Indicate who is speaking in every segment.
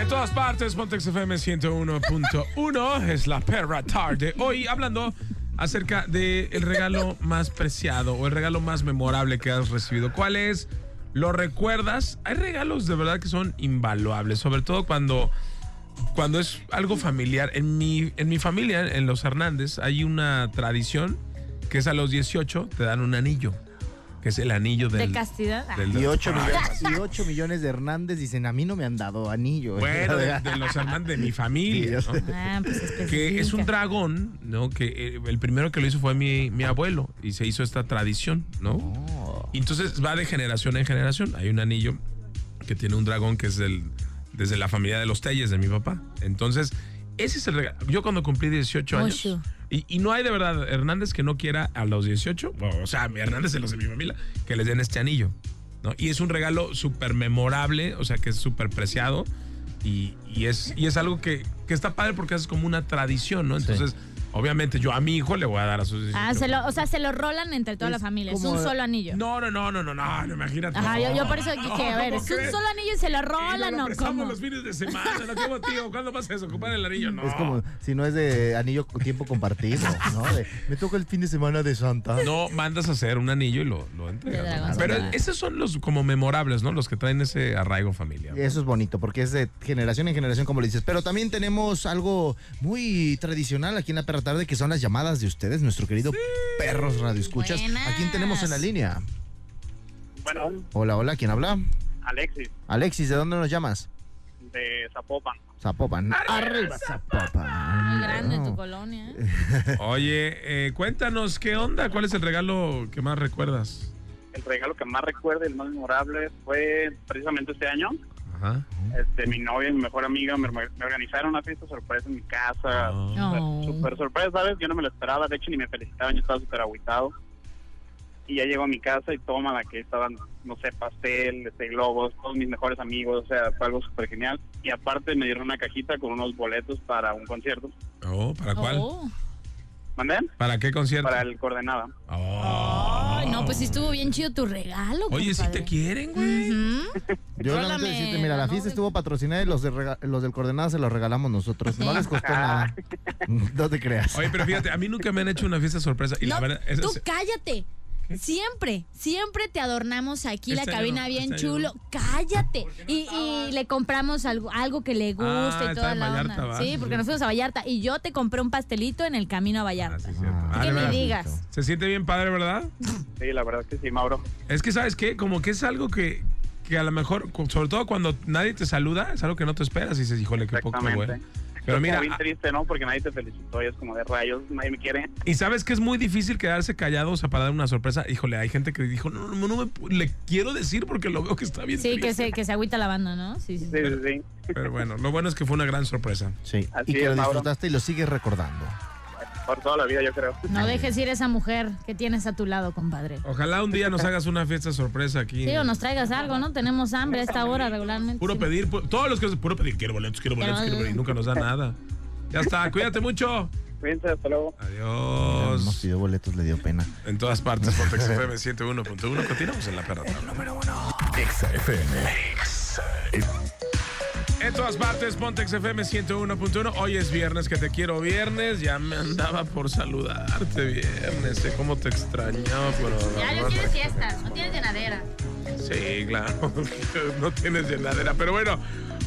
Speaker 1: En todas partes, Pontex FM 101.1 es la perra tarde. Hoy hablando acerca del regalo más preciado o el regalo más memorable que has recibido. ¿Cuál es? ¿Lo recuerdas? Hay regalos de verdad que son invaluables, sobre todo cuando, cuando es algo familiar. En mi, en mi familia, en los Hernández, hay una tradición que es a los 18 te dan un anillo, que es el anillo del...
Speaker 2: de castidad. Ah,
Speaker 1: del-
Speaker 3: Y 8
Speaker 1: Ah,
Speaker 3: millones, y ocho millones de Hernández dicen, a mí no me han dado anillo.
Speaker 1: Bueno, de, de los Hernández, de mi familia.
Speaker 3: Sí, yo
Speaker 1: ¿no?
Speaker 2: Ah, pues especifica.
Speaker 1: que es un dragón, ¿no? Que eh, el primero que lo hizo fue mi, mi abuelo y se hizo esta tradición, ¿no? Y entonces va de generación en generación. Hay un anillo que tiene un dragón que es del, desde la familia de los Telles de mi papá. Entonces, ese es el regalo. Yo cuando cumplí 18 años.
Speaker 2: Mucho.
Speaker 1: Y, y no hay de verdad Hernández que no quiera a los 18, o- o sea, a mi Hernández de los de mi familia, que les den este anillo. ¿no? Y es un regalo súper memorable, o sea, que es súper preciado. Y, y es, y es algo que, que está padre porque es como una tradición, ¿no? Entonces, obviamente yo a mi hijo le voy a dar a sus...
Speaker 2: Ah, se lo, o sea, se lo rolan entre toda la familia. Es un
Speaker 3: como-
Speaker 2: solo anillo.
Speaker 1: No, no, no, no, no, no, no, imagínate.
Speaker 2: Ajá, yo, yo por eso
Speaker 1: No,
Speaker 2: dije, a ver,
Speaker 1: ¿cómo
Speaker 2: es un
Speaker 1: crees?
Speaker 2: solo anillo y se lo
Speaker 1: Y nos
Speaker 2: rolan,
Speaker 1: lo
Speaker 2: ¿no?
Speaker 1: prestamos
Speaker 2: ¿Cómo?
Speaker 1: los fines de semana, no como tío, ¿cuándo vas a desocupar el anillo? No.
Speaker 3: Es como, si no es de anillo con tiempo compartido, ¿no? De, me toca el fin de semana de Santa.
Speaker 1: No, mandas a hacer un anillo y lo, lo
Speaker 2: De
Speaker 1: entregas. ¿no?
Speaker 2: dragón,
Speaker 1: Pero
Speaker 2: sí.
Speaker 1: esos son los como memorables, ¿no? Los que traen ese arraigo familiar.
Speaker 3: Eso es bonito, porque es de generación en generación, como le dices. Pero también tenemos algo muy tradicional aquí en la perra tarde, que son las llamadas de ustedes, nuestro querido perros radio escuchas.
Speaker 2: Buenas.
Speaker 3: ¿A quién tenemos en la línea?
Speaker 4: Bueno,
Speaker 3: Hola, hola, ¿quién habla?
Speaker 4: Alexis,
Speaker 3: Alexis, ¿de dónde nos llamas?
Speaker 4: de Zapopan.
Speaker 3: Zapopan. Arriba, Zapopan.
Speaker 2: Muy grande tu
Speaker 3: No.
Speaker 2: colonia. ¿eh?
Speaker 1: Oye, eh, cuéntanos, ¿qué onda? ¿Cuál es el regalo que más recuerdas?
Speaker 4: El regalo que más recuerdo y el más memorable fue precisamente este año.
Speaker 1: Ajá.
Speaker 4: Este, mi novia y mi mejor amiga me, me organizaron una fiesta sorpresa en mi casa.
Speaker 1: No.
Speaker 4: Súper-
Speaker 2: No.
Speaker 4: Súper sorpresa, ¿sabes? Yo no me lo esperaba, de hecho ni me felicitaban, yo estaba súper agüitado. Y ya llego a mi casa y toma la que estaban, no sé, pastel, este, globos, todos mis mejores amigos, o sea, fue algo súper genial. Y aparte me dieron una cajita con unos boletos para un concierto.
Speaker 1: Oh, ¿Para cuál?
Speaker 2: Oh.
Speaker 4: ¿Mandé?
Speaker 1: ¿Para qué concierto? Ah,
Speaker 4: Para el coordenada.
Speaker 1: Oh.
Speaker 2: Ay, no, pues sí estuvo bien chido tu regalo.
Speaker 1: Oye, si te
Speaker 2: compadre.
Speaker 1: quieren, güey.
Speaker 2: Ujú.
Speaker 3: Yo lamento
Speaker 2: Rólame,
Speaker 3: decirte, mira, la
Speaker 2: ¿no?
Speaker 3: fiesta estuvo patrocinada y los, de rega- los del coordenado se los regalamos nosotros. No
Speaker 2: Sí.
Speaker 3: les costó nada. No te creas.
Speaker 1: Oye, pero fíjate, a mí nunca me han hecho una fiesta sorpresa. Y la
Speaker 2: No,
Speaker 1: verdad, es-
Speaker 2: tú
Speaker 1: es-
Speaker 2: cállate. Siempre, siempre te adornamos aquí
Speaker 1: Este
Speaker 2: la
Speaker 1: año
Speaker 2: cabina
Speaker 1: no,
Speaker 2: bien
Speaker 1: este año
Speaker 2: chulo. Cállate. Y, y le compramos algo, algo que le guste
Speaker 1: Ah,
Speaker 2: y
Speaker 1: estaba
Speaker 2: toda
Speaker 1: en
Speaker 2: la
Speaker 1: Vallarta,
Speaker 2: onda.
Speaker 1: ¿va?
Speaker 2: Sí, porque nos fuimos a Vallarta y yo te compré un pastelito en el camino a
Speaker 1: Ah,
Speaker 2: Vallarta.
Speaker 1: sí, es cierto.
Speaker 3: Ah.
Speaker 1: Ah,
Speaker 2: que
Speaker 1: de
Speaker 2: me
Speaker 1: verdad.
Speaker 2: digas.
Speaker 1: Se siente bien padre, ¿verdad?
Speaker 4: Sí, la verdad es que sí, Mauro.
Speaker 1: Es que, ¿sabes qué? Como que es algo que, que a lo mejor, cu- sobre todo cuando nadie te saluda, es algo que no te esperas y dices, híjole, qué poco, güey.
Speaker 4: Exactamente.
Speaker 1: Pero
Speaker 4: Pero
Speaker 1: mira, ah,
Speaker 4: bien
Speaker 1: a-
Speaker 4: triste, ¿no? Porque nadie te felicitó y es como de rayos, nadie me quiere.
Speaker 1: y sabes que es muy difícil quedarse callado, o sea, para dar una sorpresa. Híjole, hay gente que dijo, no, no, no me pu- le quiero decir porque lo veo que está bien.
Speaker 2: Sí, que
Speaker 1: triste".
Speaker 2: se, que se agüita la banda, ¿no? Sí, sí.
Speaker 4: Sí, sí, sí.
Speaker 1: Pero bueno, lo bueno es que fue una gran sorpresa.
Speaker 3: Sí, y
Speaker 4: Así
Speaker 3: que lo
Speaker 4: es, Mauro.
Speaker 3: disfrutaste y lo sigues recordando.
Speaker 4: Por toda la vida, yo creo.
Speaker 2: No dejes ir esa mujer que tienes a tu lado, compadre.
Speaker 1: Ojalá un día nos hagas una fiesta sorpresa aquí.
Speaker 2: Sí, o nos traigas algo, ¿no? Tenemos hambre a esta hora regularmente.
Speaker 1: Puro
Speaker 2: Sí.
Speaker 1: pedir, pu- todos los que puro pedir, quiero boletos, quiero boletos, quiero boletos, y nunca nos da nada. Ya está, cuídate mucho.
Speaker 4: Cuídense, hasta luego.
Speaker 1: Adiós.
Speaker 3: Nos pidió boletos, le dio pena.
Speaker 1: En todas partes, Pontex FM 101.1. Continuamos en la perra tarde.
Speaker 5: Exa FM.
Speaker 1: En todas partes, Pontex FM 101.1. Hoy es viernes, que te quiero viernes. Ya me andaba por saludarte viernes. Sé cómo te extrañaba, pero...
Speaker 2: Ya,
Speaker 1: no,
Speaker 2: yo
Speaker 1: no,
Speaker 2: quiero fiestas, no tienes llenadera.
Speaker 1: Sí, claro. No tienes llenadera. Pero bueno,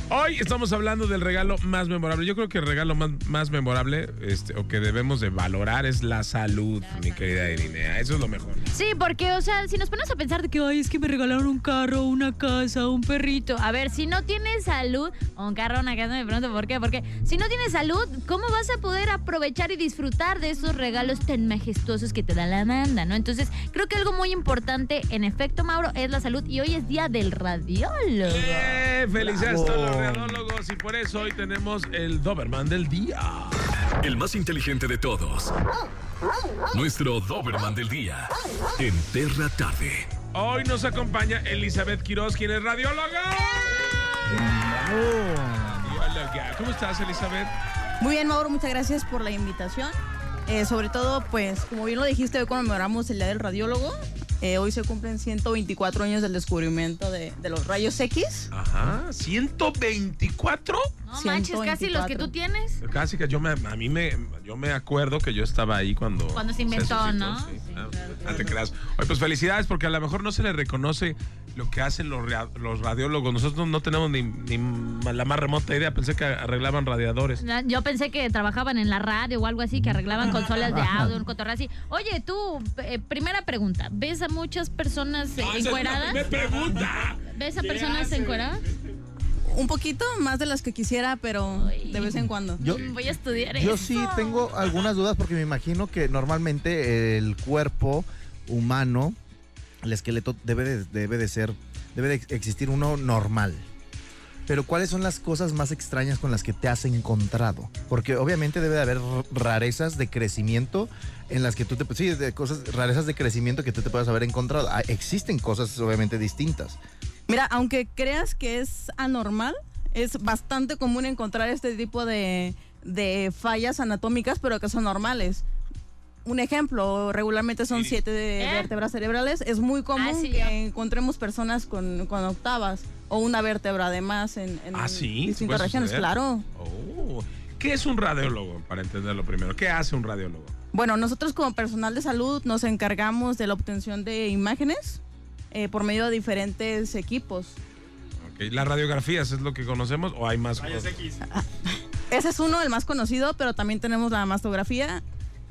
Speaker 1: hoy estamos hablando del regalo más memorable. Yo creo que el regalo más, más memorable este, o que debemos de valorar es la salud, mi querida Irinea. Eso es lo mejor.
Speaker 2: Sí, porque, o sea, si nos ponemos a pensar de que, ay, es que me regalaron un carro, una casa, un perrito. A ver, si no tienes salud, o un carro, una casa, me pregunto por qué, porque si no tienes salud, ¿cómo vas a poder aprovechar y disfrutar de esos regalos tan majestuosos que te da la banda, no? Entonces, creo que algo muy importante, en efecto, Mauro, es la salud y hoy es día del radiólogo.
Speaker 1: Eh, felicidades a todos los
Speaker 3: Bravo.
Speaker 1: readólogos y por eso hoy tenemos el Doberman del día.
Speaker 5: El más inteligente de todos. Nuestro Doberman del día. En Terra Tarde.
Speaker 1: Hoy nos acompaña Elizabeth Quiroz, quien es radióloga. Radióloga. ¿Cómo estás, Elizabeth?
Speaker 6: Muy bien, Mauro, muchas gracias por la invitación. Eh, sobre todo, pues, como bien lo dijiste, hoy conmemoramos el Día del Radiólogo. Eh, hoy se cumplen 124 años del descubrimiento de, de los rayos X.
Speaker 1: Ajá, 124.
Speaker 2: No manches, casi los que tú
Speaker 6: 124.
Speaker 2: tienes.
Speaker 1: Casi que yo me, a mí me, yo me acuerdo que yo estaba ahí cuando...
Speaker 2: Cuando se inventó,
Speaker 1: suscitó,
Speaker 2: ¿no?
Speaker 1: sí,
Speaker 2: Sí,
Speaker 1: claro.
Speaker 2: claro,
Speaker 1: Ah, te creas. Oye, pues felicidades porque a lo mejor no se le reconoce lo que hacen los, rea- los radiólogos. Nosotros no tenemos ni, ni la más remota idea. Pensé que arreglaban radiadores.
Speaker 2: Na- Yo pensé que trabajaban en la radio o algo así, que arreglaban consolas de audio, un cotorreo así. Oye, tú, eh, primera pregunta, ¿ves a muchas personas
Speaker 1: Ah,
Speaker 2: eh, encueradas?
Speaker 1: ¡Me pregunta!
Speaker 2: ¿Ves a personas encueradas?
Speaker 6: Un poquito más de las que quisiera, pero
Speaker 2: Ay.
Speaker 6: de vez en cuando.
Speaker 3: Yo-
Speaker 2: Mm, Voy a estudiar
Speaker 3: Yo
Speaker 2: eso.
Speaker 3: sí tengo algunas dudas porque me imagino que normalmente el cuerpo humano, el esqueleto debe de, debe de ser, debe de existir uno normal. Pero ¿cuáles son las cosas más extrañas con las que te has encontrado? Porque obviamente debe de haber r- rarezas de crecimiento en las que tú te sí, de cosas rarezas de crecimiento que tú te puedas haber encontrado. Ah, Existen cosas obviamente distintas.
Speaker 6: Mira, aunque creas que es anormal, es bastante común encontrar este tipo de, de fallas anatómicas, pero que son normales. Un ejemplo, regularmente son siete de-
Speaker 2: ¿Eh? Ah,
Speaker 6: vértebras cerebrales. Es muy común
Speaker 2: sí,
Speaker 6: que
Speaker 2: ya.
Speaker 6: encontremos personas con, con octavas o una vértebra de más en, en
Speaker 1: ¿Ah, sí? ¿eh?
Speaker 6: distintas
Speaker 1: ¿Puede
Speaker 6: regiones,
Speaker 1: suceder?
Speaker 6: claro.
Speaker 1: Oh. ¿Qué es un radiólogo? Para entenderlo primero. ¿Qué hace un radiólogo?
Speaker 6: Bueno, nosotros como personal de salud nos encargamos de la obtención de imágenes eh, por medio de diferentes equipos.
Speaker 1: Ok, ¿Las radiografías es lo que conocemos o hay más? cosas?
Speaker 6: Ese es uno, el más conocido, pero también tenemos la mastografía.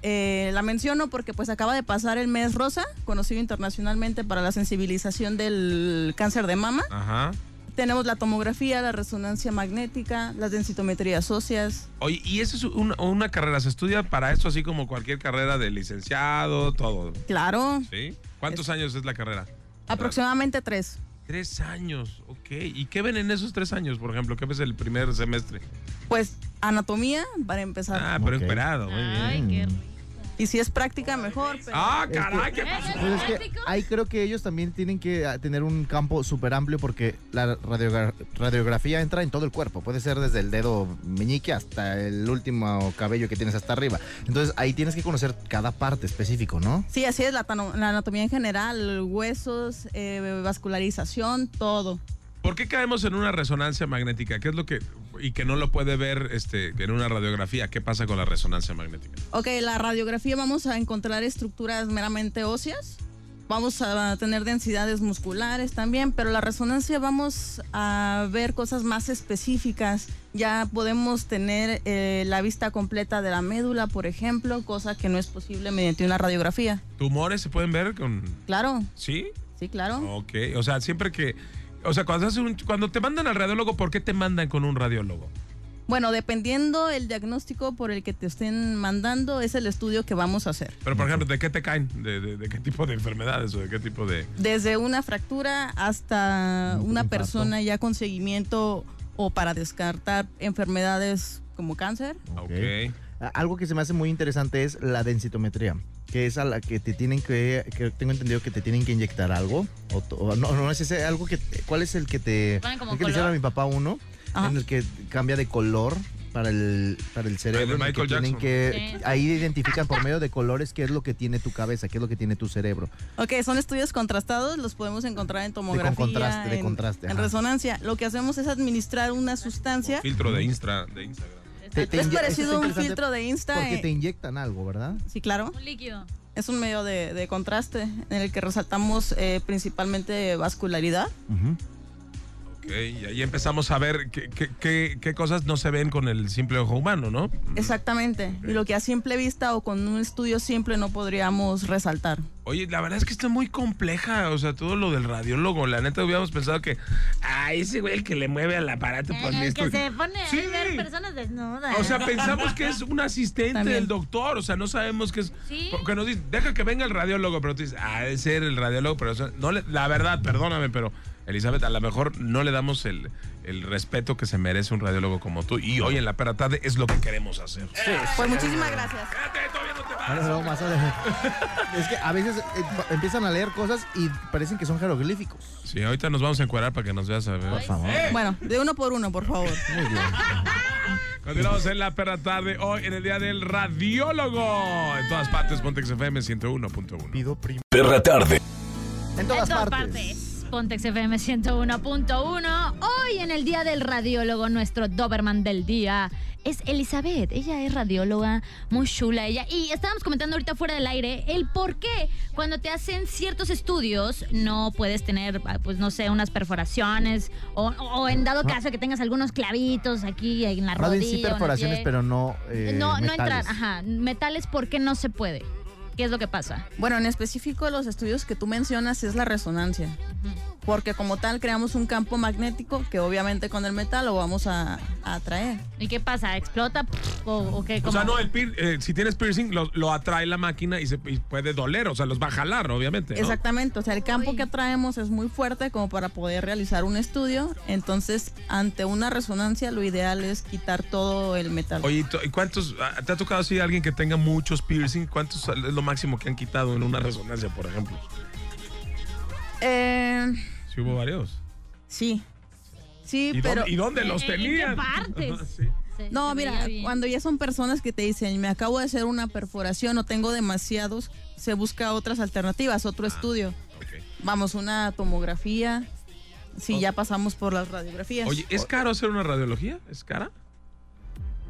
Speaker 6: Eh, la menciono porque pues acaba de pasar el mes rosa, conocido internacionalmente para la sensibilización del cáncer de mama.
Speaker 1: Ajá.
Speaker 6: Tenemos la tomografía, la resonancia magnética, las densitometrías óseas.
Speaker 1: Oye, ¿y eso es un- una carrera? ¿Se estudia para esto así como cualquier carrera de licenciado, todo?
Speaker 6: Claro,
Speaker 1: ¿Sí? ¿Cuántos años es la carrera?
Speaker 6: aproximadamente tres.
Speaker 1: Tres años, ok. ¿Y qué ven en esos tres años, por ejemplo? ¿Qué ves el primer semestre?
Speaker 6: Pues anatomía, para empezar.
Speaker 1: Ah, pero
Speaker 3: Ok.
Speaker 1: esperado, muy bien.
Speaker 2: Ay, qué rico.
Speaker 6: Y si es práctica, mejor. pero-
Speaker 1: ¡Ah, caray! ¿Qué pasó?
Speaker 2: ¿Eh?
Speaker 3: Pues es que
Speaker 2: ¿Práctico?
Speaker 3: ahí creo que ellos también tienen que ah, tener un campo súper amplio porque la radiogra- radiografía entra en todo el cuerpo. Puede ser desde el dedo meñique hasta el último cabello que tienes hasta arriba. Entonces ahí tienes que conocer cada parte específico, ¿no?
Speaker 6: Sí, así es, la, tano- la anatomía en general, huesos, eh, vascularización, todo.
Speaker 1: ¿Por qué caemos en una resonancia magnética? ¿Qué es lo que... y que no lo puede ver este, en una radiografía? ¿Qué pasa con la resonancia magnética?
Speaker 6: Ok, la radiografía vamos a encontrar estructuras meramente óseas. Vamos a tener densidades musculares también, pero la resonancia vamos a ver cosas más específicas. Ya podemos tener eh, la vista completa de la médula, por ejemplo, cosa que no es posible mediante una radiografía.
Speaker 1: ¿Tumores se pueden ver con...?
Speaker 6: Claro,
Speaker 1: ¿Sí?
Speaker 6: sí,
Speaker 2: Ah.
Speaker 6: claro.
Speaker 1: Ok, o sea, siempre que... O sea, cuando, haces un- cuando te mandan al radiólogo, ¿por qué te mandan con un radiólogo?
Speaker 6: Bueno, dependiendo el diagnóstico por el que te estén mandando, es el estudio que vamos a hacer.
Speaker 1: Pero, por ejemplo, ¿de qué te caen? ¿De, de- de qué tipo de enfermedades o de qué tipo de...?
Speaker 6: Desde una fractura hasta
Speaker 3: Un
Speaker 6: una
Speaker 3: infarto.
Speaker 6: persona ya con seguimiento o para descartar enfermedades como cáncer.
Speaker 1: Ok.
Speaker 3: A- Algo que se me hace muy interesante es la densitometría, que es a la que te tienen que, que tengo entendido que te tienen que inyectar algo. O, to- o no, no es ese algo que, ¿cuál es el que te,
Speaker 2: Ponen como
Speaker 3: el que le
Speaker 2: color.
Speaker 3: hicieron a mi papá uno,
Speaker 6: Ajá.
Speaker 3: en el que cambia de color para el, para el cerebro, en el que
Speaker 1: Michael
Speaker 3: tienen
Speaker 1: Jackson.
Speaker 3: que,
Speaker 2: Sí.
Speaker 3: ahí identifican por medio de colores qué es lo que tiene tu cabeza, qué es lo que tiene tu cerebro.
Speaker 6: Ok, son estudios contrastados, los podemos encontrar en tomografía.
Speaker 3: contraste, de
Speaker 6: en-
Speaker 3: contraste,
Speaker 6: En
Speaker 3: ajá.
Speaker 6: resonancia. Lo que hacemos es administrar una sustancia.
Speaker 1: Filtro de, Insta, de Instagram.
Speaker 3: Te- te
Speaker 6: Es
Speaker 3: inye- eso
Speaker 6: parecido a un
Speaker 3: interesante
Speaker 6: filtro de Insta.
Speaker 3: Porque
Speaker 6: eh,
Speaker 3: te inyectan algo, ¿verdad?
Speaker 6: Sí, claro.
Speaker 2: Un líquido.
Speaker 6: Es un medio de, de contraste en el que resaltamos eh, principalmente vascularidad.
Speaker 1: Ok, y ahí empezamos a ver qué, qué- qué- qué cosas no se ven con el simple ojo humano, ¿no?
Speaker 6: Exactamente. Y lo que a simple vista o con un estudio simple no podríamos resaltar.
Speaker 1: Oye, la verdad es que está muy compleja, o sea, todo lo del radiólogo. La neta hubiéramos pensado que, ah, ese güey el que le mueve al aparato pues,
Speaker 2: Eh, el
Speaker 1: listo.
Speaker 2: que se pone a
Speaker 1: Sí.
Speaker 2: ver personas desnudas.
Speaker 1: O sea, pensamos que es un asistente
Speaker 6: También.
Speaker 1: del doctor, o sea, no sabemos qué es.
Speaker 2: Sí.
Speaker 1: Porque nos dicen, deja que venga el radiólogo, pero tú dices, ah, debe ser el radiólogo, pero o sea, no le- la verdad, perdóname, pero Elizabeth, a lo mejor no le damos el, el respeto que se merece un radiólogo como tú. Y hoy en la perra tarde es lo que queremos hacer.
Speaker 6: Pues muchísimas gracias.
Speaker 1: Espérate, todavía no te vas.
Speaker 3: Ahora se lo vamos a hacer. Es que a veces eh, pa- empiezan a leer cosas y parecen que son jeroglíficos.
Speaker 1: Sí, ahorita nos vamos a encuadrar para que nos veas a ver.
Speaker 3: Por favor.
Speaker 6: Bueno, de uno por uno, por favor.
Speaker 1: Continuamos en la perra tarde hoy en el día del radiólogo. En todas partes, Pontex FM 101.1.
Speaker 3: Pido prima.
Speaker 5: Perra tarde.
Speaker 3: En
Speaker 2: En
Speaker 3: todas
Speaker 2: todas
Speaker 3: partes.
Speaker 2: partes. Pontex FM 101.1. Hoy en el Día del Radiólogo, nuestro Doberman del día es Elizabeth. Ella es radióloga, muy chula ella. Y estábamos comentando ahorita fuera del aire el por qué cuando te hacen ciertos estudios no puedes tener, ah, pues no sé, unas perforaciones o, o en dado caso que tengas algunos clavitos aquí en la
Speaker 3: Ah. Más
Speaker 2: rodilla.
Speaker 3: bien sí
Speaker 2: o en el
Speaker 3: perforaciones,
Speaker 2: pie.
Speaker 3: pero no. eh,
Speaker 2: no, no
Speaker 3: metales.
Speaker 2: entrar, ajá. Metales, ¿por qué no se puede? ¿Qué es lo que pasa?
Speaker 6: Bueno, en específico los estudios que tú mencionas es la resonancia. Porque como tal creamos un campo magnético que obviamente con el metal lo vamos a, a atraer.
Speaker 2: ¿Y qué pasa? ¿Explota? Pff, ¿O, o qué?
Speaker 1: O sea,
Speaker 2: ¿Cómo?
Speaker 1: no, el pier- eh, si tienes piercing, lo, lo atrae la máquina y, se, y puede doler, o sea, los va a jalar, obviamente. ¿no?
Speaker 6: Exactamente, o sea, el campo
Speaker 2: Uy.
Speaker 6: que atraemos es muy fuerte como para poder realizar un estudio. Entonces, ante una resonancia lo ideal es quitar todo el metal.
Speaker 1: Oye, ¿y tú- ¿y cuántos? ah, ¿Te ha tocado así alguien que tenga muchos piercing? ¿Cuántos es lo máximo que han quitado en una resonancia, por ejemplo?
Speaker 6: Eh,
Speaker 1: Sí, hubo varios.
Speaker 6: sí, sí,
Speaker 1: ¿Y,
Speaker 6: pero...
Speaker 1: dónde, y dónde los
Speaker 2: ¿En- en qué
Speaker 1: tenían?
Speaker 2: partes?
Speaker 1: Sí.
Speaker 2: Se-
Speaker 6: No,
Speaker 2: se
Speaker 6: mira,
Speaker 2: veía bien.
Speaker 6: cuando ya son personas que te dicen, me acabo de hacer una perforación o tengo demasiados, se busca otras alternativas, otro estudio.
Speaker 1: Ah, Ok.
Speaker 6: Vamos, una tomografía, si
Speaker 1: Oh.
Speaker 6: ya pasamos por las radiografías.
Speaker 1: Oye, ¿es caro hacer una radiología? ¿Es cara?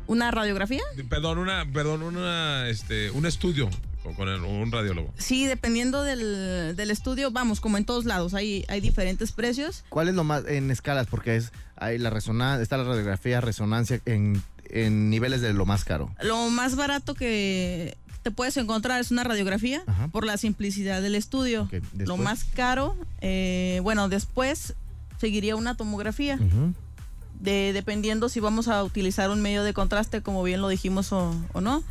Speaker 6: ¿Una radiografía?
Speaker 1: Perdón, una, perdón, una, este, un estudio con, con el- un radiólogo.
Speaker 6: Sí, dependiendo del, del estudio, vamos, como en todos lados, hay, hay diferentes precios.
Speaker 3: ¿Cuál es lo más en escalas? Porque es hay la resonancia, está la radiografía, resonancia en, en niveles de lo más caro.
Speaker 6: Lo más barato que te puedes encontrar es una radiografía
Speaker 3: Ajá.
Speaker 6: por la simplicidad del estudio.
Speaker 3: Ok,
Speaker 6: Lo
Speaker 3: después.
Speaker 6: más caro, eh, bueno, después seguiría una tomografía.
Speaker 3: Ujú.
Speaker 6: de- dependiendo si vamos a utilizar un medio de contraste, como bien lo dijimos o, o no.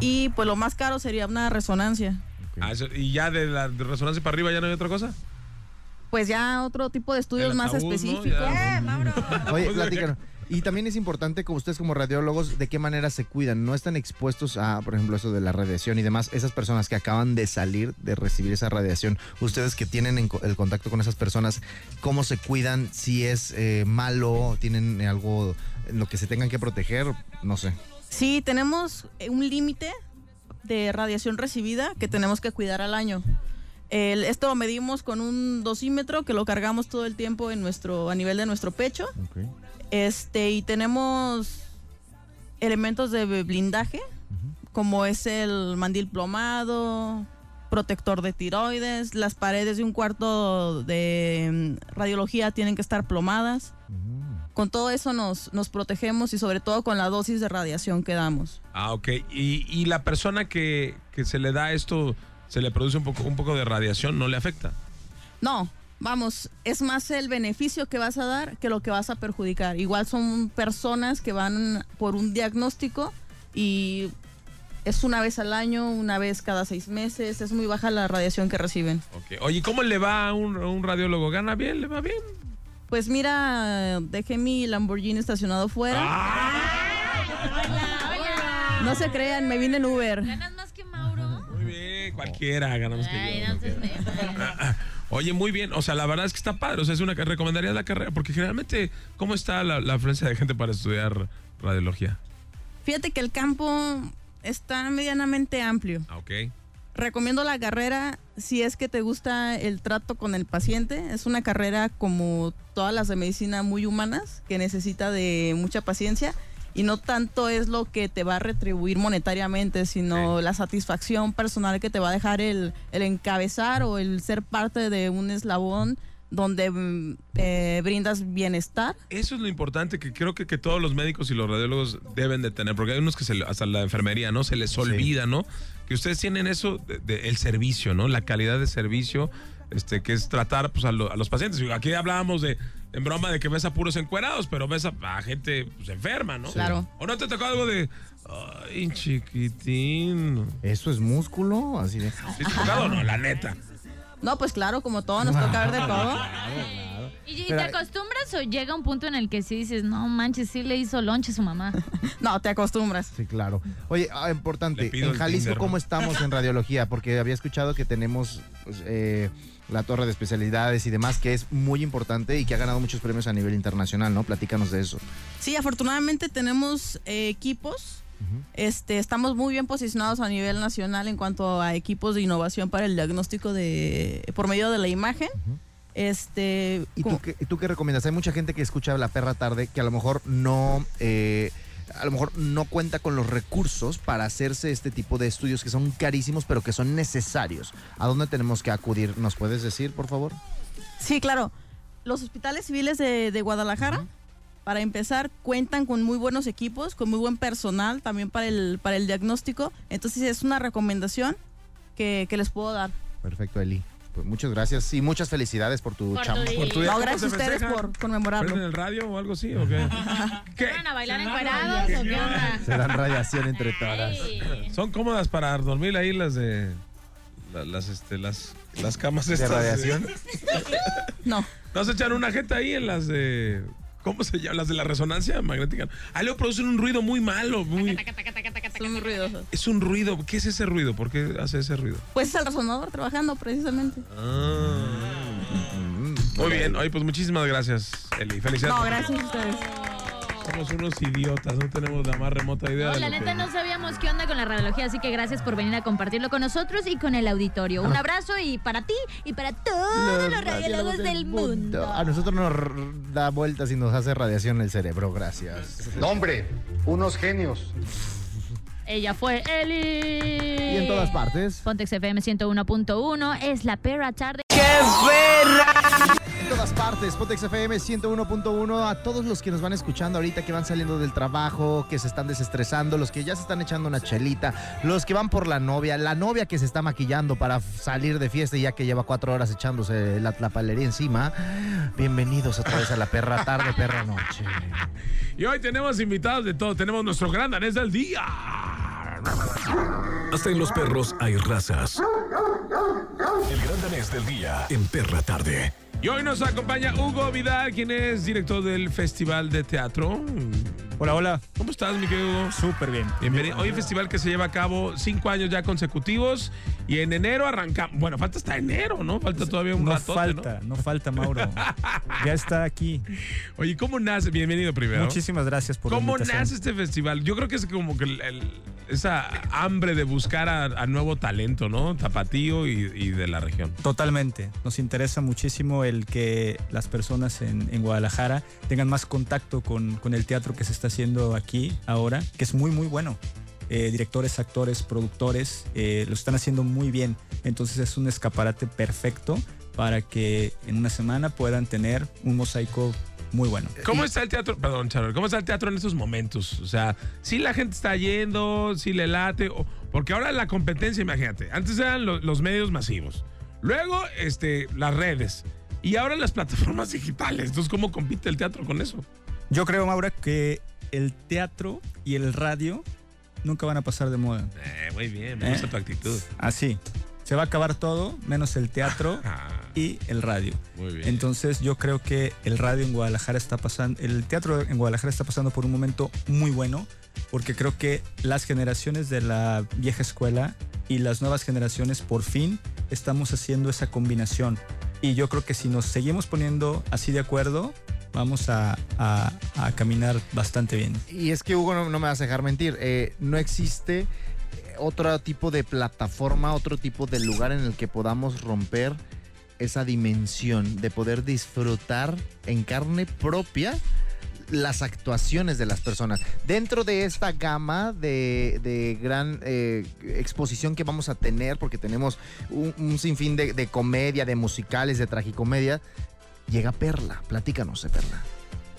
Speaker 6: Y pues lo más caro sería una resonancia.
Speaker 3: Ok.
Speaker 1: Ah, eso- ¿Y ya de la de resonancia para arriba ya no hay otra cosa?
Speaker 6: Pues ya otro tipo de estudios
Speaker 1: El
Speaker 6: más
Speaker 1: ataúd, ¿no?
Speaker 6: específicos.
Speaker 1: Ya.
Speaker 3: Oye, platícanos. Y también es importante como ustedes como radiólogos, de qué manera se cuidan. No están expuestos a, por ejemplo, eso de la radiación y demás. Esas personas que acaban de salir de recibir esa radiación, ustedes que tienen en co- el contacto con esas personas, ¿cómo se cuidan? Si es eh, malo, tienen algo en lo que se tengan que proteger, no sé.
Speaker 6: Sí, tenemos eh, un límite de radiación recibida que tenemos que cuidar al año. El- esto lo medimos con un dosímetro que lo cargamos todo el tiempo en nuestro, a nivel de nuestro pecho. Este, y tenemos elementos de blindaje, como es el mandil plomado, protector de tiroides, las paredes de un cuarto de mm, radiología tienen que estar plomadas. Con todo eso nos, nos protegemos y sobre todo con la dosis de radiación que damos.
Speaker 1: Ah, ok. ¿Y, y la persona que, que se le da esto, se le produce un poco, un poco de radiación, no le afecta?
Speaker 6: No, vamos, es más el beneficio que vas a dar que lo que vas a perjudicar. Igual son personas que van por un diagnóstico y es una vez al año, una vez cada seis meses, es muy baja la radiación que reciben.
Speaker 1: Ok. Este, Oye, ¿cómo le va a un, a un radiólogo? ¿Gana bien? ¿Le va bien?
Speaker 6: Pues mira, dejé mi Lamborghini estacionado fuera. No se crean, me vine en Uber.
Speaker 2: ¿Ganas más que Mauro?
Speaker 1: Muy bien, cualquiera ganamos que
Speaker 2: Ay,
Speaker 1: yo,
Speaker 2: no
Speaker 1: ¿no?
Speaker 2: seas neta.
Speaker 1: Ah, Oye, muy bien. O sea, la verdad es que está padre. O sea, es una que recomendaría la carrera. Porque generalmente, ¿cómo está la, la afluencia de gente para estudiar radiología?
Speaker 6: Fíjate que el campo está medianamente amplio.
Speaker 1: Ah, ok.
Speaker 6: Recomiendo la carrera si es que te gusta el trato con el paciente. Es una carrera como todas las de medicina muy humanas que necesita de mucha paciencia y no tanto es lo que te va a retribuir monetariamente, sino la satisfacción personal que te va a dejar el, el encabezar o el ser parte de un eslabón donde mm, eh, brindas bienestar.
Speaker 1: Eso es lo importante que creo que, que todos los médicos y los radiólogos deben de tener, porque hay unos que se, le- hasta la enfermería, ¿no? Se les olvida, ¿no? Que ustedes tienen eso, de- de- el servicio, ¿no? La calidad de servicio, este, que es tratar pues, a, lo- a los pacientes. Y Aquí hablábamos de, en broma, de que ves a puros encuerados, pero ves a, a gente pues, enferma, ¿no?
Speaker 6: Claro.
Speaker 1: ¿O no te tocó algo de, ay, chiquitín?
Speaker 3: Eso es músculo, así de...
Speaker 1: ¿Sí te ha tocado o no? La neta.
Speaker 6: No, pues claro, como todo nos toca ver de todo.
Speaker 2: ¿Y, y te
Speaker 3: Mira,
Speaker 2: acostumbras o llega un punto en el que sí dices, no manches, sí le hizo lonche a su mamá?
Speaker 6: No, te acostumbras.
Speaker 3: Sí, claro. Oye, ah,
Speaker 1: Le
Speaker 3: importante,
Speaker 1: pido
Speaker 3: en
Speaker 1: el
Speaker 3: Jalisco,
Speaker 1: Tinder,
Speaker 3: ¿cómo
Speaker 1: ¿no?
Speaker 3: estamos en radiología? Porque había escuchado que tenemos pues, eh, la torre de especialidades y demás, que es muy importante y que ha ganado muchos premios a nivel internacional, ¿no? Platícanos de eso.
Speaker 6: Sí, afortunadamente tenemos eh, equipos. Este, estamos muy bien posicionados a nivel nacional en cuanto a equipos de innovación para el diagnóstico de por medio de la imagen. Este,
Speaker 3: ¿Y
Speaker 6: como-
Speaker 3: tú, qué, y tú qué recomiendas? Hay mucha gente que escucha La Perra Tarde que a lo mejor no... eh, a lo mejor no cuenta con los recursos para hacerse este tipo de estudios que son carísimos pero que son necesarios. ¿A dónde tenemos que acudir? ¿Nos puedes decir, por favor?
Speaker 6: Sí, claro. Los hospitales civiles de, de Guadalajara, para empezar, cuentan con muy buenos equipos, con muy buen personal también para el, para el diagnóstico. Entonces es una recomendación que, que les puedo dar.
Speaker 3: Perfecto, Eli. Pues muchas gracias y muchas felicidades por tu
Speaker 2: Por tu
Speaker 3: chamba.
Speaker 2: día.
Speaker 1: Por tu día,
Speaker 6: No,
Speaker 1: ¿cómo
Speaker 6: gracias
Speaker 1: se
Speaker 6: a ustedes
Speaker 1: festeja?
Speaker 6: por conmemorarlo.
Speaker 1: ¿Prenden el radio o algo así o qué? ¿Qué?
Speaker 2: ¿Van a bailar encuerados o qué onda?
Speaker 3: Serán radiación entre todas.
Speaker 2: Ay.
Speaker 1: Son cómodas para dormir ahí las de la- las este las las camas
Speaker 3: ¿De
Speaker 1: estas.
Speaker 3: radiación?
Speaker 6: No,
Speaker 1: ¿No se echan una jeta ahí en las de ¿Cómo se llama? Las de la resonancia magnética. Ahí luego producen un ruido muy malo, muy
Speaker 2: Taca, taca, taca, taca,
Speaker 6: son muy
Speaker 2: taca.
Speaker 6: ruidosos.
Speaker 1: es un ruido. ¿Qué es ese ruido? ¿Por qué hace ese ruido?
Speaker 6: Pues es el resonador trabajando precisamente.
Speaker 1: Muy bien. Oye, pues muchísimas gracias, Eli. Felicidades.
Speaker 6: No, gracias a ustedes.
Speaker 1: Somos unos idiotas, no tenemos la más remota idea
Speaker 2: No,
Speaker 1: de
Speaker 2: la
Speaker 1: lo que-
Speaker 2: neta no sabíamos qué onda con la radiología, así que gracias por venir a compartirlo con nosotros y con el auditorio. Un abrazo y para ti y para todos los radiólogos del mundo.
Speaker 3: A nosotros nos r- da vueltas y nos hace radiación el cerebro, gracias.
Speaker 7: No, hombre, unos genios.
Speaker 2: Ella fue Eli.
Speaker 3: Y en todas partes.
Speaker 2: Pontex FM 101.1 es la perra tarde.
Speaker 3: En todas partes, Potex FM 101.1. A todos los que nos van escuchando ahorita, que van saliendo del trabajo, que se están desestresando, los que ya se están echando una chelita, los que van por la novia, la novia que se está maquillando para f- salir de fiesta y ya que lleva cuatro horas echándose la tlapalería encima. Bienvenidos otra vez a la perra tarde, perra noche.
Speaker 1: Y hoy tenemos invitados de todo. Tenemos nuestro gran danés del día.
Speaker 5: Hasta en los perros hay razas. El gran danés del día en Perra Tarde.
Speaker 1: Y hoy nos acompaña Hugo Vidal, quien es director del Festival de Teatro.
Speaker 8: Hola, hola.
Speaker 1: ¿Cómo estás, mi querido Hugo?
Speaker 8: Súper bien.
Speaker 1: Bienvenido. Hoy el festival que se lleva a cabo cinco años ya consecutivos y en enero arrancamos. Bueno, falta hasta enero, ¿no? Falta todavía un
Speaker 8: No
Speaker 1: ratote,
Speaker 8: falta, no falta, Mauro. ya está aquí.
Speaker 1: ¿no? Oye, ¿cómo nace? Bienvenido primero.
Speaker 8: Muchísimas gracias por la
Speaker 1: ¿Cómo
Speaker 8: invitación.
Speaker 1: nace este festival? Yo creo que es como que el- el- esa hambre de buscar a, a nuevo talento, ¿no? Tapatío y, y de la región.
Speaker 8: Totalmente. Nos interesa muchísimo el que las personas en, en Guadalajara tengan más contacto con, con el teatro que se está haciendo aquí ahora, que es muy, muy bueno. Eh, directores, actores, productores, eh, lo están haciendo muy bien. Entonces es un escaparate perfecto para que en una semana puedan tener un mosaico muy bueno.
Speaker 1: ¿Cómo está el teatro? Perdón, Charol. ¿Cómo está el teatro en estos momentos? O sea, si la gente está yendo, si le late, o- porque ahora la competencia, imagínate, antes eran lo- los medios masivos, luego este, las redes y ahora las plataformas digitales. Entonces, ¿cómo compite el teatro con eso?
Speaker 8: Yo creo, Maura, que el teatro y el radio nunca van a pasar de moda.
Speaker 1: Eh, muy bien,
Speaker 8: me gusta
Speaker 1: tu actitud.
Speaker 8: Así. Se va a acabar todo, menos el teatro y el radio.
Speaker 1: Ah. muy bien.
Speaker 8: Entonces yo creo que el radio en Guadalajara está pasando, el teatro en Guadalajara está pasando por un momento muy bueno, porque creo que las generaciones de la vieja escuela y las nuevas generaciones por fin estamos haciendo esa combinación. Y yo creo que si nos seguimos poniendo así de acuerdo, vamos a, a- a caminar bastante bien.
Speaker 3: Y es que Hugo no, no me vas a dejar mentir, eh, no existe eh, otro tipo de plataforma, otro tipo de lugar en el que podamos romper esa dimensión de poder disfrutar en carne propia las actuaciones de las personas. Dentro de esta gama de, de gran eh, exposición que vamos a tener, porque tenemos un, un sinfín de, de comedia, de musicales, de tragicomedia, llega Perla. Platícanos de Perla.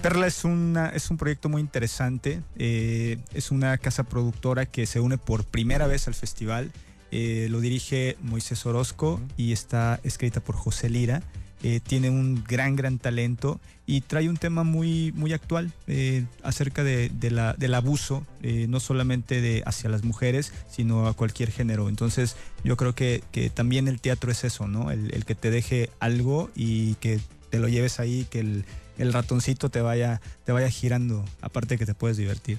Speaker 8: Perla es, una, es un proyecto muy interesante. eh, es una casa productora que se une por primera vez al festival. Eh, lo dirige Moisés Orozco y está escrita por José Lira. Eh, tiene un gran, gran talento y trae un tema muy, muy actual eh, acerca de, de la- del abuso, eh, no solamente de, hacia las mujeres, sino a cualquier género. Entonces, yo creo que, que también el teatro es eso, ¿no? El, el que te deje algo y que te lo lleves ahí, que el, el ratoncito te vaya, te vaya girando, aparte que te puedes divertir.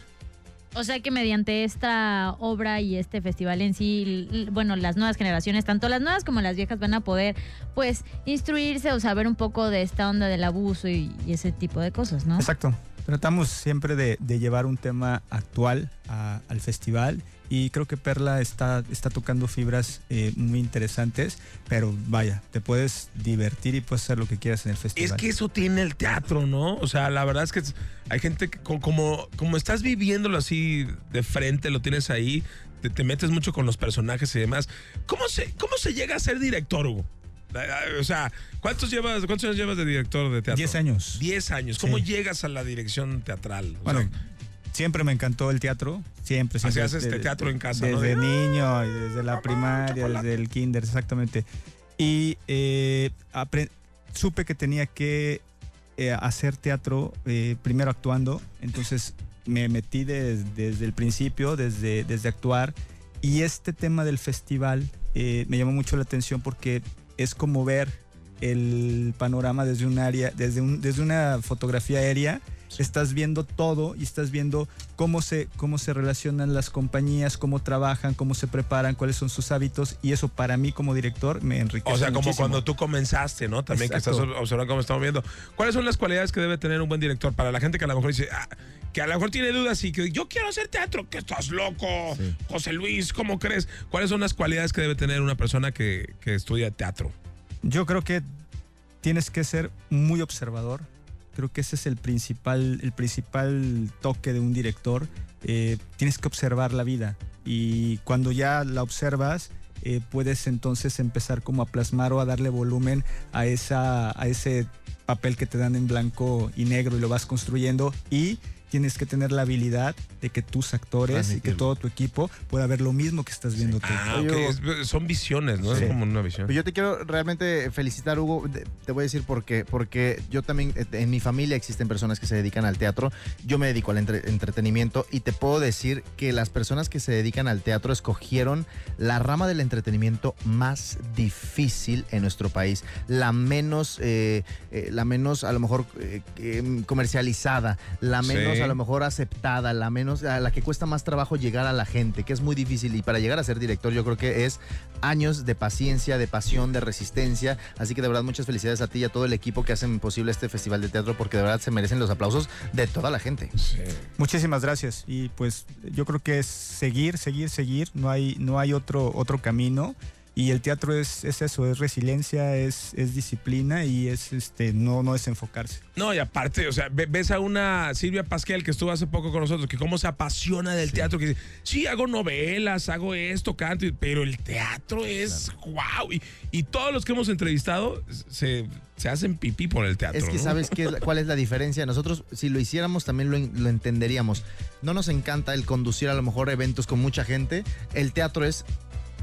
Speaker 2: O sea que mediante esta obra y este festival en sí, l- l- bueno, las nuevas generaciones, tanto las nuevas como las viejas, van a poder, pues, instruirse o saber un poco de esta onda del abuso y, y ese tipo de cosas, ¿no?
Speaker 8: Exacto. Tratamos siempre de, de llevar un tema actual a- al festival y creo que Perla está, está tocando fibras eh, muy interesantes, pero vaya, te puedes divertir y puedes hacer lo que quieras en el festival.
Speaker 1: Es que eso tiene el teatro, ¿no? O sea, la verdad es que hay gente que co- como, como estás viviéndolo así de frente, lo tienes ahí, te, te metes mucho con los personajes y demás. ¿Cómo se, cómo se llega a ser director, Hugo? Ah, ah, O sea, ¿cuántos, llevas, ¿cuántos años llevas de director de teatro?
Speaker 8: 10 años.
Speaker 1: 10 años. ¿Cómo
Speaker 8: Sí.
Speaker 1: llegas a la dirección teatral? O
Speaker 8: Bueno,
Speaker 1: sea,
Speaker 8: siempre me encantó el teatro. Siempre,
Speaker 1: Así
Speaker 8: siempre.
Speaker 1: haces
Speaker 8: de-
Speaker 1: este teatro en casa, ¿no?
Speaker 8: Desde
Speaker 1: De-
Speaker 8: niño, y desde la primaria, desde el kinder, exactamente. Y eh, apre- supe que tenía que eh, hacer teatro eh, primero actuando. Entonces me metí des- desde el principio, desde, desde actuar. Y este tema del festival eh, me llamó mucho la atención porque es como ver el panorama desde un área, desde, un, desde una fotografía aérea. Estás viendo todo y estás viendo cómo se, cómo se relacionan las compañías, cómo trabajan, cómo se preparan, cuáles son sus hábitos. Y eso para mí como director me enriquece.
Speaker 1: O sea, como
Speaker 8: muchísimo.
Speaker 1: cuando tú comenzaste, ¿no? También que
Speaker 8: Exacto.
Speaker 1: estás observando cómo estamos viendo. ¿Cuáles son las cualidades que debe tener un buen director para la gente que a lo mejor dice, "Ah, que a lo mejor tiene dudas y que yo quiero hacer teatro, que estás loco, José Luis, ¿cómo crees? ¿Cuáles son las cualidades que debe tener una persona que, que estudia teatro?
Speaker 8: Yo creo que tienes que ser muy observador. Creo que ese es el principal, el principal toque de un director. Eh, tienes que observar la vida y cuando ya la observas eh, puedes entonces empezar como a plasmar o a darle volumen a, esa, a ese papel que te dan en blanco y negro y lo vas construyendo y tienes que tener la habilidad de que tus actores y que
Speaker 3: Transmitirlo.
Speaker 8: todo tu equipo pueda ver lo mismo que estás viendo tú.
Speaker 1: Ah,
Speaker 3: Oye,
Speaker 1: ok,
Speaker 3: Hugo.
Speaker 1: es- son visiones, ¿no?
Speaker 3: Sí.
Speaker 1: Es como una visión.
Speaker 3: Pero yo te quiero realmente felicitar, Hugo. De- Te voy a decir por qué. Porque yo también, eh, en mi familia existen personas que se dedican al teatro. Yo me dedico al entre- entretenimiento y te puedo decir que las personas que se dedican al teatro escogieron la rama del entretenimiento más difícil en nuestro país. La menos, eh, eh, la menos a lo mejor eh, eh, comercializada, la menos
Speaker 1: Sí.
Speaker 3: a lo mejor aceptada, la menos a la que cuesta más trabajo llegar a la gente, que es muy difícil. Y para llegar a ser director, yo creo que es años de paciencia, de pasión, de resistencia. Así que de verdad muchas felicidades a ti y a todo el equipo que hacen posible este festival de teatro porque de verdad se merecen los aplausos de toda la gente.
Speaker 8: Muchísimas gracias. Y pues yo creo que es seguir, seguir, seguir. No hay, no hay otro, otro camino. Y el teatro es, es eso, es resiliencia, es, es disciplina y es este no, no desenfocarse.
Speaker 1: No, y aparte, o sea, ve- ves a una Silvia Pasquel que estuvo hace poco con nosotros, que cómo se apasiona del teatro, que dice, sí, hago novelas, hago esto, canto, y- pero el teatro es wow. Y, y todos los que hemos entrevistado se, se hacen pipí por el teatro.
Speaker 3: Es que
Speaker 1: ¿no?
Speaker 3: sabes qué es la- cuál es la diferencia. Nosotros, si lo hiciéramos, también lo, en- lo entenderíamos. No nos encanta el conducir a lo mejor eventos con mucha gente. El teatro es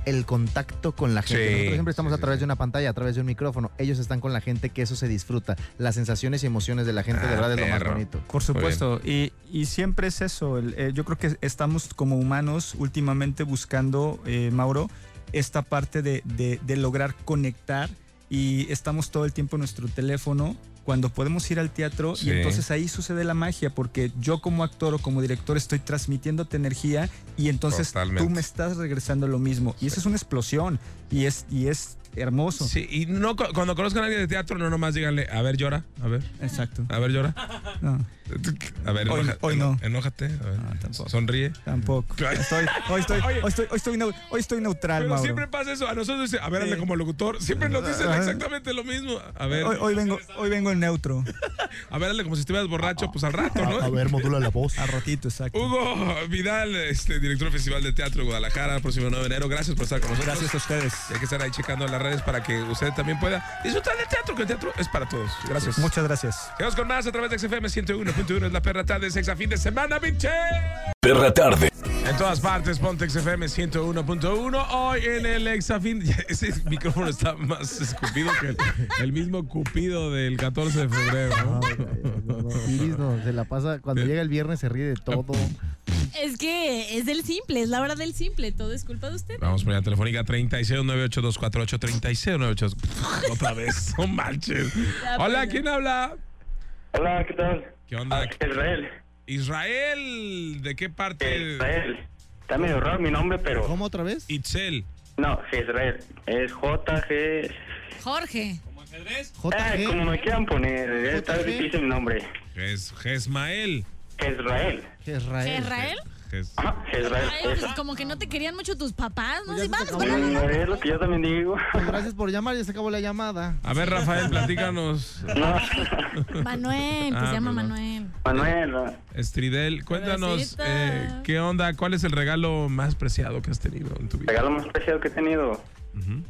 Speaker 3: el contacto con la gente.
Speaker 1: Sí,
Speaker 3: Nosotros siempre estamos
Speaker 1: sí,
Speaker 3: a
Speaker 1: sí,
Speaker 3: través
Speaker 1: sí.
Speaker 3: de una pantalla, a través de un micrófono. Ellos están con la gente, que eso se disfruta. Las sensaciones y emociones de la gente,
Speaker 1: Ah,
Speaker 3: de verdad, es lo más
Speaker 1: perro.
Speaker 3: bonito.
Speaker 8: Por supuesto, y, y siempre es eso. el- eh, yo creo que estamos como humanos últimamente buscando, eh, Mauro, esta parte de, de- de lograr conectar y estamos todo el tiempo en nuestro teléfono cuando podemos ir al teatro
Speaker 1: Sí.
Speaker 8: y entonces ahí sucede la magia porque yo como actor o como director estoy transmitiéndote energía y entonces
Speaker 1: Totalmente.
Speaker 8: tú me estás regresando lo mismo y eso es una explosión y es, y es hermoso.
Speaker 1: Sí, y no, cu- cuando conozcan a alguien de teatro, no nomás díganle, a ver, llora, a ver,
Speaker 8: Exacto.
Speaker 1: a ver, llora. Ah,
Speaker 8: No,
Speaker 1: A ver,
Speaker 8: Hoy-
Speaker 1: enoja-
Speaker 8: hoy
Speaker 1: eno-
Speaker 8: no.
Speaker 1: enójate, a ver,
Speaker 8: No, tampoco.
Speaker 1: sonríe.
Speaker 8: tampoco.
Speaker 1: Claro.
Speaker 8: Ah. Estoy- hoy, estoy,
Speaker 1: Oye.
Speaker 8: hoy, estoy, hoy estoy neu- hoy estoy neutral,
Speaker 1: Pero
Speaker 8: Mauro.
Speaker 1: siempre pasa eso, a nosotros dice, a ver,
Speaker 8: Sí.
Speaker 1: hazle como locutor, siempre nos dicen
Speaker 8: Ajá.
Speaker 1: exactamente lo mismo. A ver,
Speaker 8: Hoy, hoy vengo, hoy vengo en neutro.
Speaker 1: a ver, hazle como si estuvieras borracho, pues al rato, ¿no?
Speaker 3: ver, modula la voz.
Speaker 8: A rotito, exacto.
Speaker 1: Hugo Vidal, este, director del Festival de Teatro de Guadalajara, próximo 9 de enero. Gracias por estar con nosotros.
Speaker 8: Gracias a ustedes.
Speaker 1: Y Hay que estar ahí checando las redes para que usted también pueda disfrutar del teatro, que el teatro es para todos. Gracias.
Speaker 8: Muchas gracias.
Speaker 1: Seguimos con más a través de XFM 101.1 es la perra tarde, sexa fin de semana, biche.
Speaker 5: Perra tarde.
Speaker 1: En todas partes, ponte XFM 101.1. Hoy en el Exafín. Ese micrófono está más escupido que el, el mismo cupido del 14 de febrero. ¿no?
Speaker 3: Iris no, se la pasa. Cuando llega el viernes se ríe de todo.
Speaker 9: es que es del simple, es la hora del simple. Todo es culpa de usted.
Speaker 1: Vamos por la telefónica 3698248 36982. Otra vez, no manches.
Speaker 9: Ya,
Speaker 1: Hola,
Speaker 9: pues, ya.
Speaker 1: ¿quién habla?
Speaker 10: Hola, ¿qué tal?
Speaker 1: ¿Qué onda?
Speaker 10: Israel.
Speaker 1: Israel, ¿de qué parte?
Speaker 10: Israel. Está medio raro mi nombre, pero...
Speaker 3: ¿Cómo otra vez?
Speaker 1: Itzel.
Speaker 10: No, sí, Israel. Es JG...
Speaker 9: Jorge.
Speaker 10: Ah, como me quieran poner. Está difícil mi nombre.
Speaker 1: Es Gesmael.
Speaker 10: Israel.
Speaker 3: Israel.
Speaker 9: ¿Israel?
Speaker 1: Jes-
Speaker 10: Ajá, Israel.
Speaker 9: Ay,
Speaker 10: Es,
Speaker 9: pues, como que no te querían mucho tus papás, ¿no? Sí, vamos, vamos.
Speaker 2: pues,
Speaker 10: Mm, es lo que yo también digo.
Speaker 3: Gracias por llamar, ya se acabó la llamada.
Speaker 1: A ver, Rafael, platícanos.
Speaker 10: No,
Speaker 9: Manuel, que
Speaker 1: Ah,
Speaker 9: se llama
Speaker 1: perdón.
Speaker 9: Manuel.
Speaker 10: Manuel. no.
Speaker 1: Estridel, cuéntanos eh,
Speaker 9: Pobrecita.
Speaker 1: qué onda, cuál es el regalo más preciado que has tenido en tu vida.
Speaker 10: Regalo más especial que he tenido.
Speaker 1: Ujú.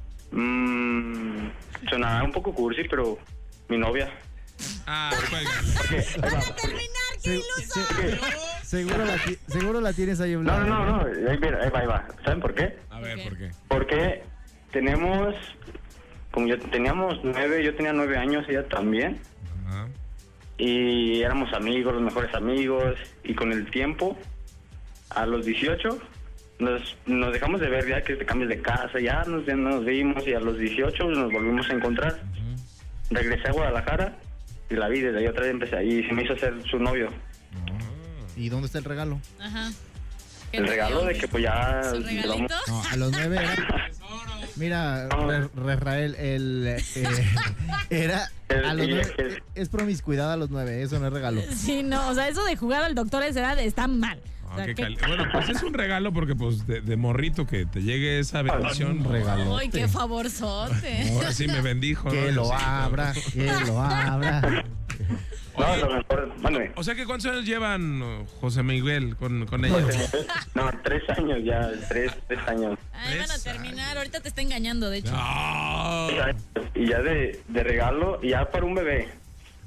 Speaker 10: Mmm... sonaba un poco cursi, pero... Mi novia.
Speaker 1: Ah, cuelga.
Speaker 9: ¡Van a terminar! ¡Qué
Speaker 3: Se-
Speaker 9: iluso!
Speaker 3: se- seguro, la, ti- seguro la tienes ahí,
Speaker 10: No,
Speaker 3: Blanca.
Speaker 10: no, no, no. Ahí, mira, ahí va, ahí va. ¿Saben por qué?
Speaker 1: A ver, ¿por qué?
Speaker 10: Porque tenemos, como yo teníamos nueve, yo tenía nueve años, ella también,
Speaker 1: Ajá.
Speaker 10: y éramos amigos, los mejores amigos, y con el tiempo, a los 18, nos, nos dejamos de ver ya que te cambias de casa, ya nos, ya nos vimos y a los 18 nos volvimos a encontrar. Regresé a Guadalajara y la vi desde ahí otra vez empecé ahí y se me hizo ser su novio.
Speaker 3: ¿Y dónde está el regalo?
Speaker 9: Ajá. ¿Qué
Speaker 10: El
Speaker 9: te
Speaker 10: regalo
Speaker 9: dio?
Speaker 10: de que pues ya...
Speaker 9: ¿Su regalito?
Speaker 10: llevamos-
Speaker 3: No, a los nueve era. Mira, Re- Re- Rafael, el. eh, era. A los nueve, es promiscuidad a los nueve, eso no es regalo.
Speaker 9: Sí, no, o sea, eso de jugar al doctor a esa edad está mal. O
Speaker 1: Ah,
Speaker 9: sea,
Speaker 1: qué
Speaker 9: que-
Speaker 1: cal- Bueno, pues es un regalo porque pues de, de morrito que te llegue esa bendición.
Speaker 3: Un regalo.
Speaker 9: Ay, qué favorzote.
Speaker 1: Ahora sí me bendijo.
Speaker 3: Que
Speaker 1: ¿no?
Speaker 3: lo
Speaker 1: Sí,
Speaker 3: abra, que lo abra.
Speaker 10: No,
Speaker 1: Oye,
Speaker 10: lo mejor... Mándame.
Speaker 1: o sea que ¿cuántos años llevan oh, José Miguel con, con ella?
Speaker 10: No, tres años ya, tres, tres años.
Speaker 9: Ay, van a terminar. Ahorita te está engañando, de hecho.
Speaker 1: Ah,
Speaker 10: Y ya de, de regalo, y ya para un bebé.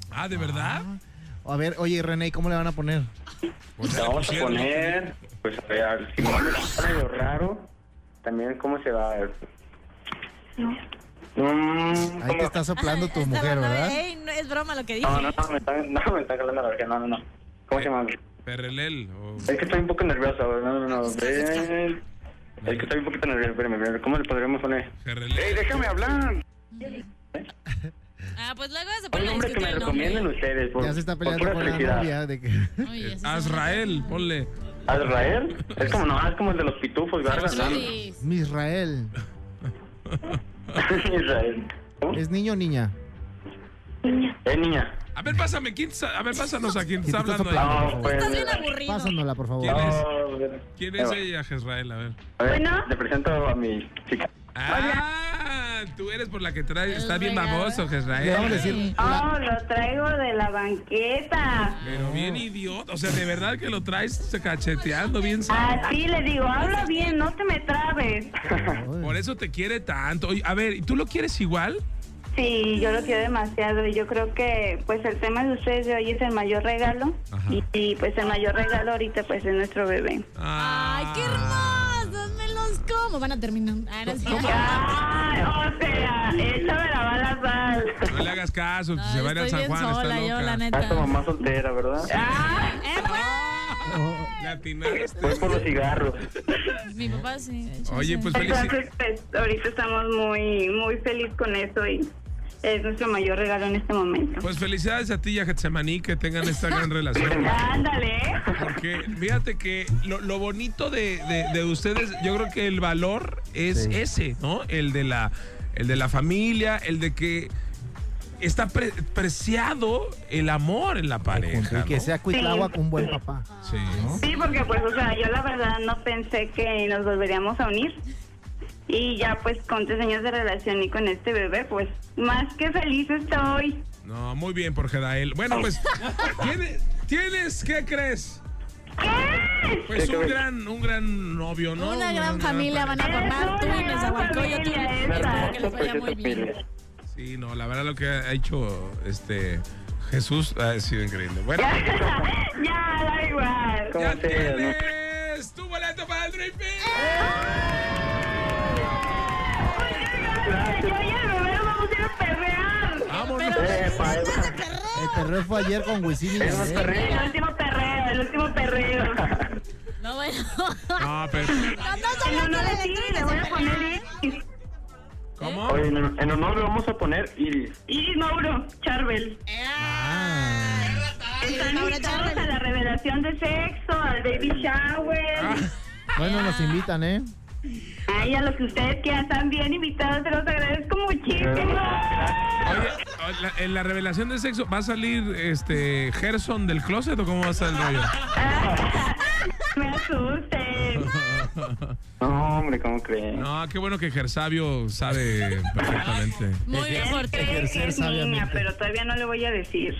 Speaker 1: ah, ¿de verdad?
Speaker 3: Ah. A ver, oye, René, ¿y ¿cómo le van a poner?
Speaker 1: Pues
Speaker 10: La
Speaker 1: ya le
Speaker 10: vamos a
Speaker 1: pusieron.
Speaker 10: poner, pues a ver, si no está medio raro, también cómo se va a ver. Mm,
Speaker 3: Ahí
Speaker 10: ¿cómo?
Speaker 3: te está soplando tu
Speaker 9: Esta
Speaker 3: mujer,
Speaker 9: banda-
Speaker 3: ¿verdad?
Speaker 9: Ey, no, es broma lo que dije.
Speaker 10: No, no, no, me está, no, me está jalando la oreja, no, no, no. ¿Cómo se llama?
Speaker 1: Perrelel. o-
Speaker 10: Es que estoy un poco nervioso, no, no, no. ven. Es que estoy un poquito nervioso, espérame, espérame, ¿cómo le podríamos poner?
Speaker 1: Perrelel.
Speaker 10: ¡Ey, déjame hablar!
Speaker 9: Ah, pues luego vas a
Speaker 10: Un
Speaker 9: poner a
Speaker 10: nombre que
Speaker 9: discutir
Speaker 10: me
Speaker 9: el nombre.
Speaker 10: recomienden ustedes, por,
Speaker 3: Ya se está
Speaker 10: por
Speaker 3: peleando
Speaker 10: pura
Speaker 3: con la
Speaker 10: felicidad.
Speaker 3: novia. De que...
Speaker 9: Oye, sí se llama-
Speaker 1: Azrael, ponle.
Speaker 10: ¿Azrael? Es como, no, es como el de los pitufos, Vargas. ¿no?
Speaker 9: Sí.
Speaker 3: Misrael.
Speaker 10: Israel. ¿no?
Speaker 3: ¿Es niño o niña?
Speaker 10: Eh, niña.
Speaker 1: A ver, pásame, ¿quién está- a ver, pásanos a quién está
Speaker 3: ¿Quién te está
Speaker 1: hablando. ahí.
Speaker 10: No, pues.
Speaker 9: Estás bien aburrido.
Speaker 3: Pásanosla, por favor.
Speaker 1: ¿Quién es?
Speaker 10: no,
Speaker 1: ¿Quién
Speaker 10: ahí
Speaker 1: es
Speaker 10: va.
Speaker 1: ella, Jezrael? A ver.
Speaker 10: A ver, Te presento a mi chica.
Speaker 1: Ah, tú eres por la que trae. Está bien
Speaker 9: regalo.
Speaker 1: baboso, Jezrael.
Speaker 3: Le vamos a decir.
Speaker 11: Oh, lo traigo de la banqueta.
Speaker 1: Pero bien idiota. O sea, de verdad que lo traes cacheteando bien.
Speaker 10: Ah,
Speaker 1: sano.
Speaker 11: Así le digo, habla bien, no te me trabes.
Speaker 1: Por eso te quiere tanto. Oye, a ver, ¿y ¿tú lo quieres igual?
Speaker 11: Sí, yo lo quiero demasiado y yo creo que pues el tema de ustedes de hoy es el mayor regalo
Speaker 1: Ajá.
Speaker 11: y, y, pues el mayor regalo ahorita pues es nuestro bebé.
Speaker 9: Ay, qué hermosos. Me los como. Van a terminar. Ah, no, sí.
Speaker 11: Ay, o sea, échame la bala sal.
Speaker 1: No le hagas caso,
Speaker 9: Ay,
Speaker 1: se va a ir a
Speaker 9: estoy
Speaker 1: San
Speaker 9: bien
Speaker 1: Juan.
Speaker 9: sola
Speaker 1: está
Speaker 9: yo,
Speaker 1: loca.
Speaker 9: la
Speaker 10: A esta
Speaker 9: neta.
Speaker 10: mamá soltera, ¿verdad?
Speaker 9: ¡Eh, güey!
Speaker 1: Le atinaste.
Speaker 10: Fue pues, por los cigarros.
Speaker 9: Mi papá sí. de hecho,
Speaker 1: Oye,
Speaker 9: sí.
Speaker 1: pues felicidades.
Speaker 11: Entonces pues ahorita estamos muy muy feliz con eso y es nuestro mayor regalo en este momento.
Speaker 1: Pues felicidades a ti y a Getsemaní que tengan esta gran relación.
Speaker 11: Ándale. ¿eh?
Speaker 1: Porque fíjate que lo, lo bonito de, de- de ustedes, yo creo que el valor es
Speaker 3: Sí.
Speaker 1: ese, ¿no? El de la, el de la familia, el de que está pre- preciado el amor en la pareja.
Speaker 3: Y que
Speaker 1: ¿no?
Speaker 3: sea Cuitláhuac un buen papá.
Speaker 1: Sí, ¿no?
Speaker 11: Sí, porque pues, o sea, yo la verdad no pensé que nos volveríamos a unir. Y ya pues con tres años de relación y con este bebé, pues más que feliz estoy.
Speaker 1: No, muy bien por Jedael. Bueno, pues, ¿tienes, tienes qué crees?
Speaker 11: ¿Qué?
Speaker 1: Pues
Speaker 10: ¿Qué
Speaker 1: un
Speaker 10: crees?
Speaker 1: gran, un gran novio, ¿no?
Speaker 9: Una gran familia van a
Speaker 11: pareja.
Speaker 9: formar tú y
Speaker 11: Es una
Speaker 9: Nezahualcóyotl. Yo
Speaker 11: familia
Speaker 9: espero que
Speaker 10: Hermoso,
Speaker 9: les vaya muy
Speaker 10: precioso,
Speaker 9: bien.
Speaker 10: pile.
Speaker 1: Sí, no, la verdad lo que ha hecho este Jesús ha sido increíble. Bueno,
Speaker 11: ya, da igual.
Speaker 10: ¿Cómo
Speaker 1: ya
Speaker 10: se llama?
Speaker 1: tienes tu boleto para el Dream Team.
Speaker 11: ¡Eh! Yo y el bebé nos vamos a ir a perrear.
Speaker 1: Vámonos.
Speaker 10: Epa, epa.
Speaker 3: El perreo fue ayer con Wisin y
Speaker 10: Es más
Speaker 3: Yandel.
Speaker 10: perreo.
Speaker 11: El último perreo, el último
Speaker 9: No,
Speaker 11: perreo.
Speaker 2: No, bueno.
Speaker 1: No, pero.
Speaker 11: No, no, sí, le voy a poner Iris.
Speaker 1: ¿Cómo?
Speaker 10: Oye, en, en honor le vamos a poner Iris.
Speaker 11: Iris Mauro, Charbel. Están invitados a la revelación de sexo, al baby shower.
Speaker 3: Bueno, nos invitan, ¿eh?
Speaker 11: Ay, a los que ustedes quieran están bien invitados, se los agradezco muchísimo.
Speaker 1: Oye, la- en la revelación de sexo, ¿va a salir este Gerson del closet o cómo va a estar el
Speaker 11: Me asusten.
Speaker 1: rollo?
Speaker 10: No, hombre, ¿cómo creen?
Speaker 1: No, qué bueno que Gersabio sabe perfectamente.
Speaker 2: Muy bien,
Speaker 11: Cree que
Speaker 2: fuerte.
Speaker 11: es niña, pero todavía no le voy a decir.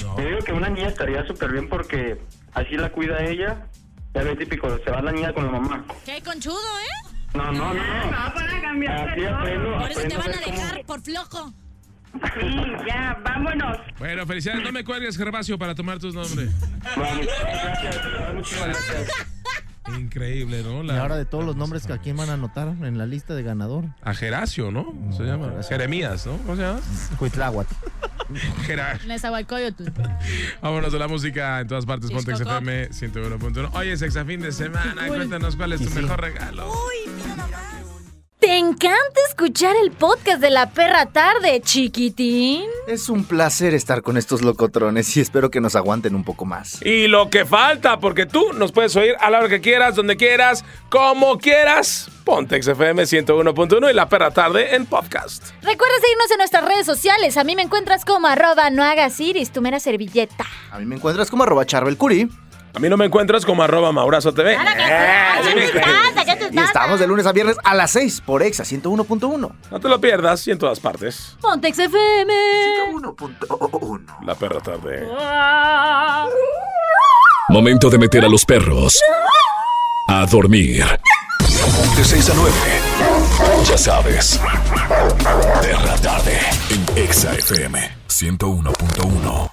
Speaker 10: Yo digo que una niña estaría súper bien porque así la cuida ella. Ya ves, típico, se va la niña con la mamá.
Speaker 9: Qué conchudo, ¿eh?
Speaker 10: No, no, no.
Speaker 11: Ah, No, para cambiar
Speaker 10: Así aprendo,
Speaker 9: Por eso te
Speaker 10: aprendo a
Speaker 9: van a
Speaker 10: ver cómo-
Speaker 9: dejar por flojo.
Speaker 11: Sí, ya, vámonos.
Speaker 1: Bueno, felicidades. No me cuelgues, Gervasio, para tomar tus nombres.
Speaker 10: Vamos, gracias, muchas gracias.
Speaker 1: Increíble, ¿no?
Speaker 3: Y ahora de todos los nombres que aquí van a anotar en la lista de ganador.
Speaker 1: A Geracio, ¿no? Se llama. Jeremías, ¿no? ¿Cómo se llama?
Speaker 3: Cuitláhuac.
Speaker 1: Gera-
Speaker 9: Nezahualcóyotl.
Speaker 1: Vámonos de la música en todas partes. Pontex
Speaker 9: Discoco.
Speaker 1: FM 101.1. Oye, sexafín fin de semana. Cuéntanos cuál es tu mejor regalo.
Speaker 2: ¿Te encanta escuchar el podcast de la perra tarde, chiquitín?
Speaker 3: Es un placer estar con estos locotrones y espero que nos aguanten un poco más.
Speaker 1: Y lo que falta, porque tú nos puedes oír a la hora que quieras, donde quieras, como quieras. Pontex FM 101.1 y La Perra Tarde en podcast.
Speaker 2: Recuerda seguirnos en nuestras redes sociales. A mí me encuentras como arroba no hagas iris, tu mera servilleta.
Speaker 3: A mí me encuentras como arroba charbelcuri.
Speaker 1: A mí no me encuentras como arroba maurazo Eh, TV.
Speaker 2: ¡Ya te estás, Ah, ya te
Speaker 3: Y
Speaker 2: estás!
Speaker 3: estamos de lunes a viernes a las 6 por Exa 101.1.
Speaker 1: No te lo pierdas y en todas partes.
Speaker 2: Pontex FM.
Speaker 1: La Perra Tarde.
Speaker 2: Ah.
Speaker 5: Momento de meter a los perros a dormir. De 6 a 9. Ya sabes. Perra tarde en Exa FM 101.1.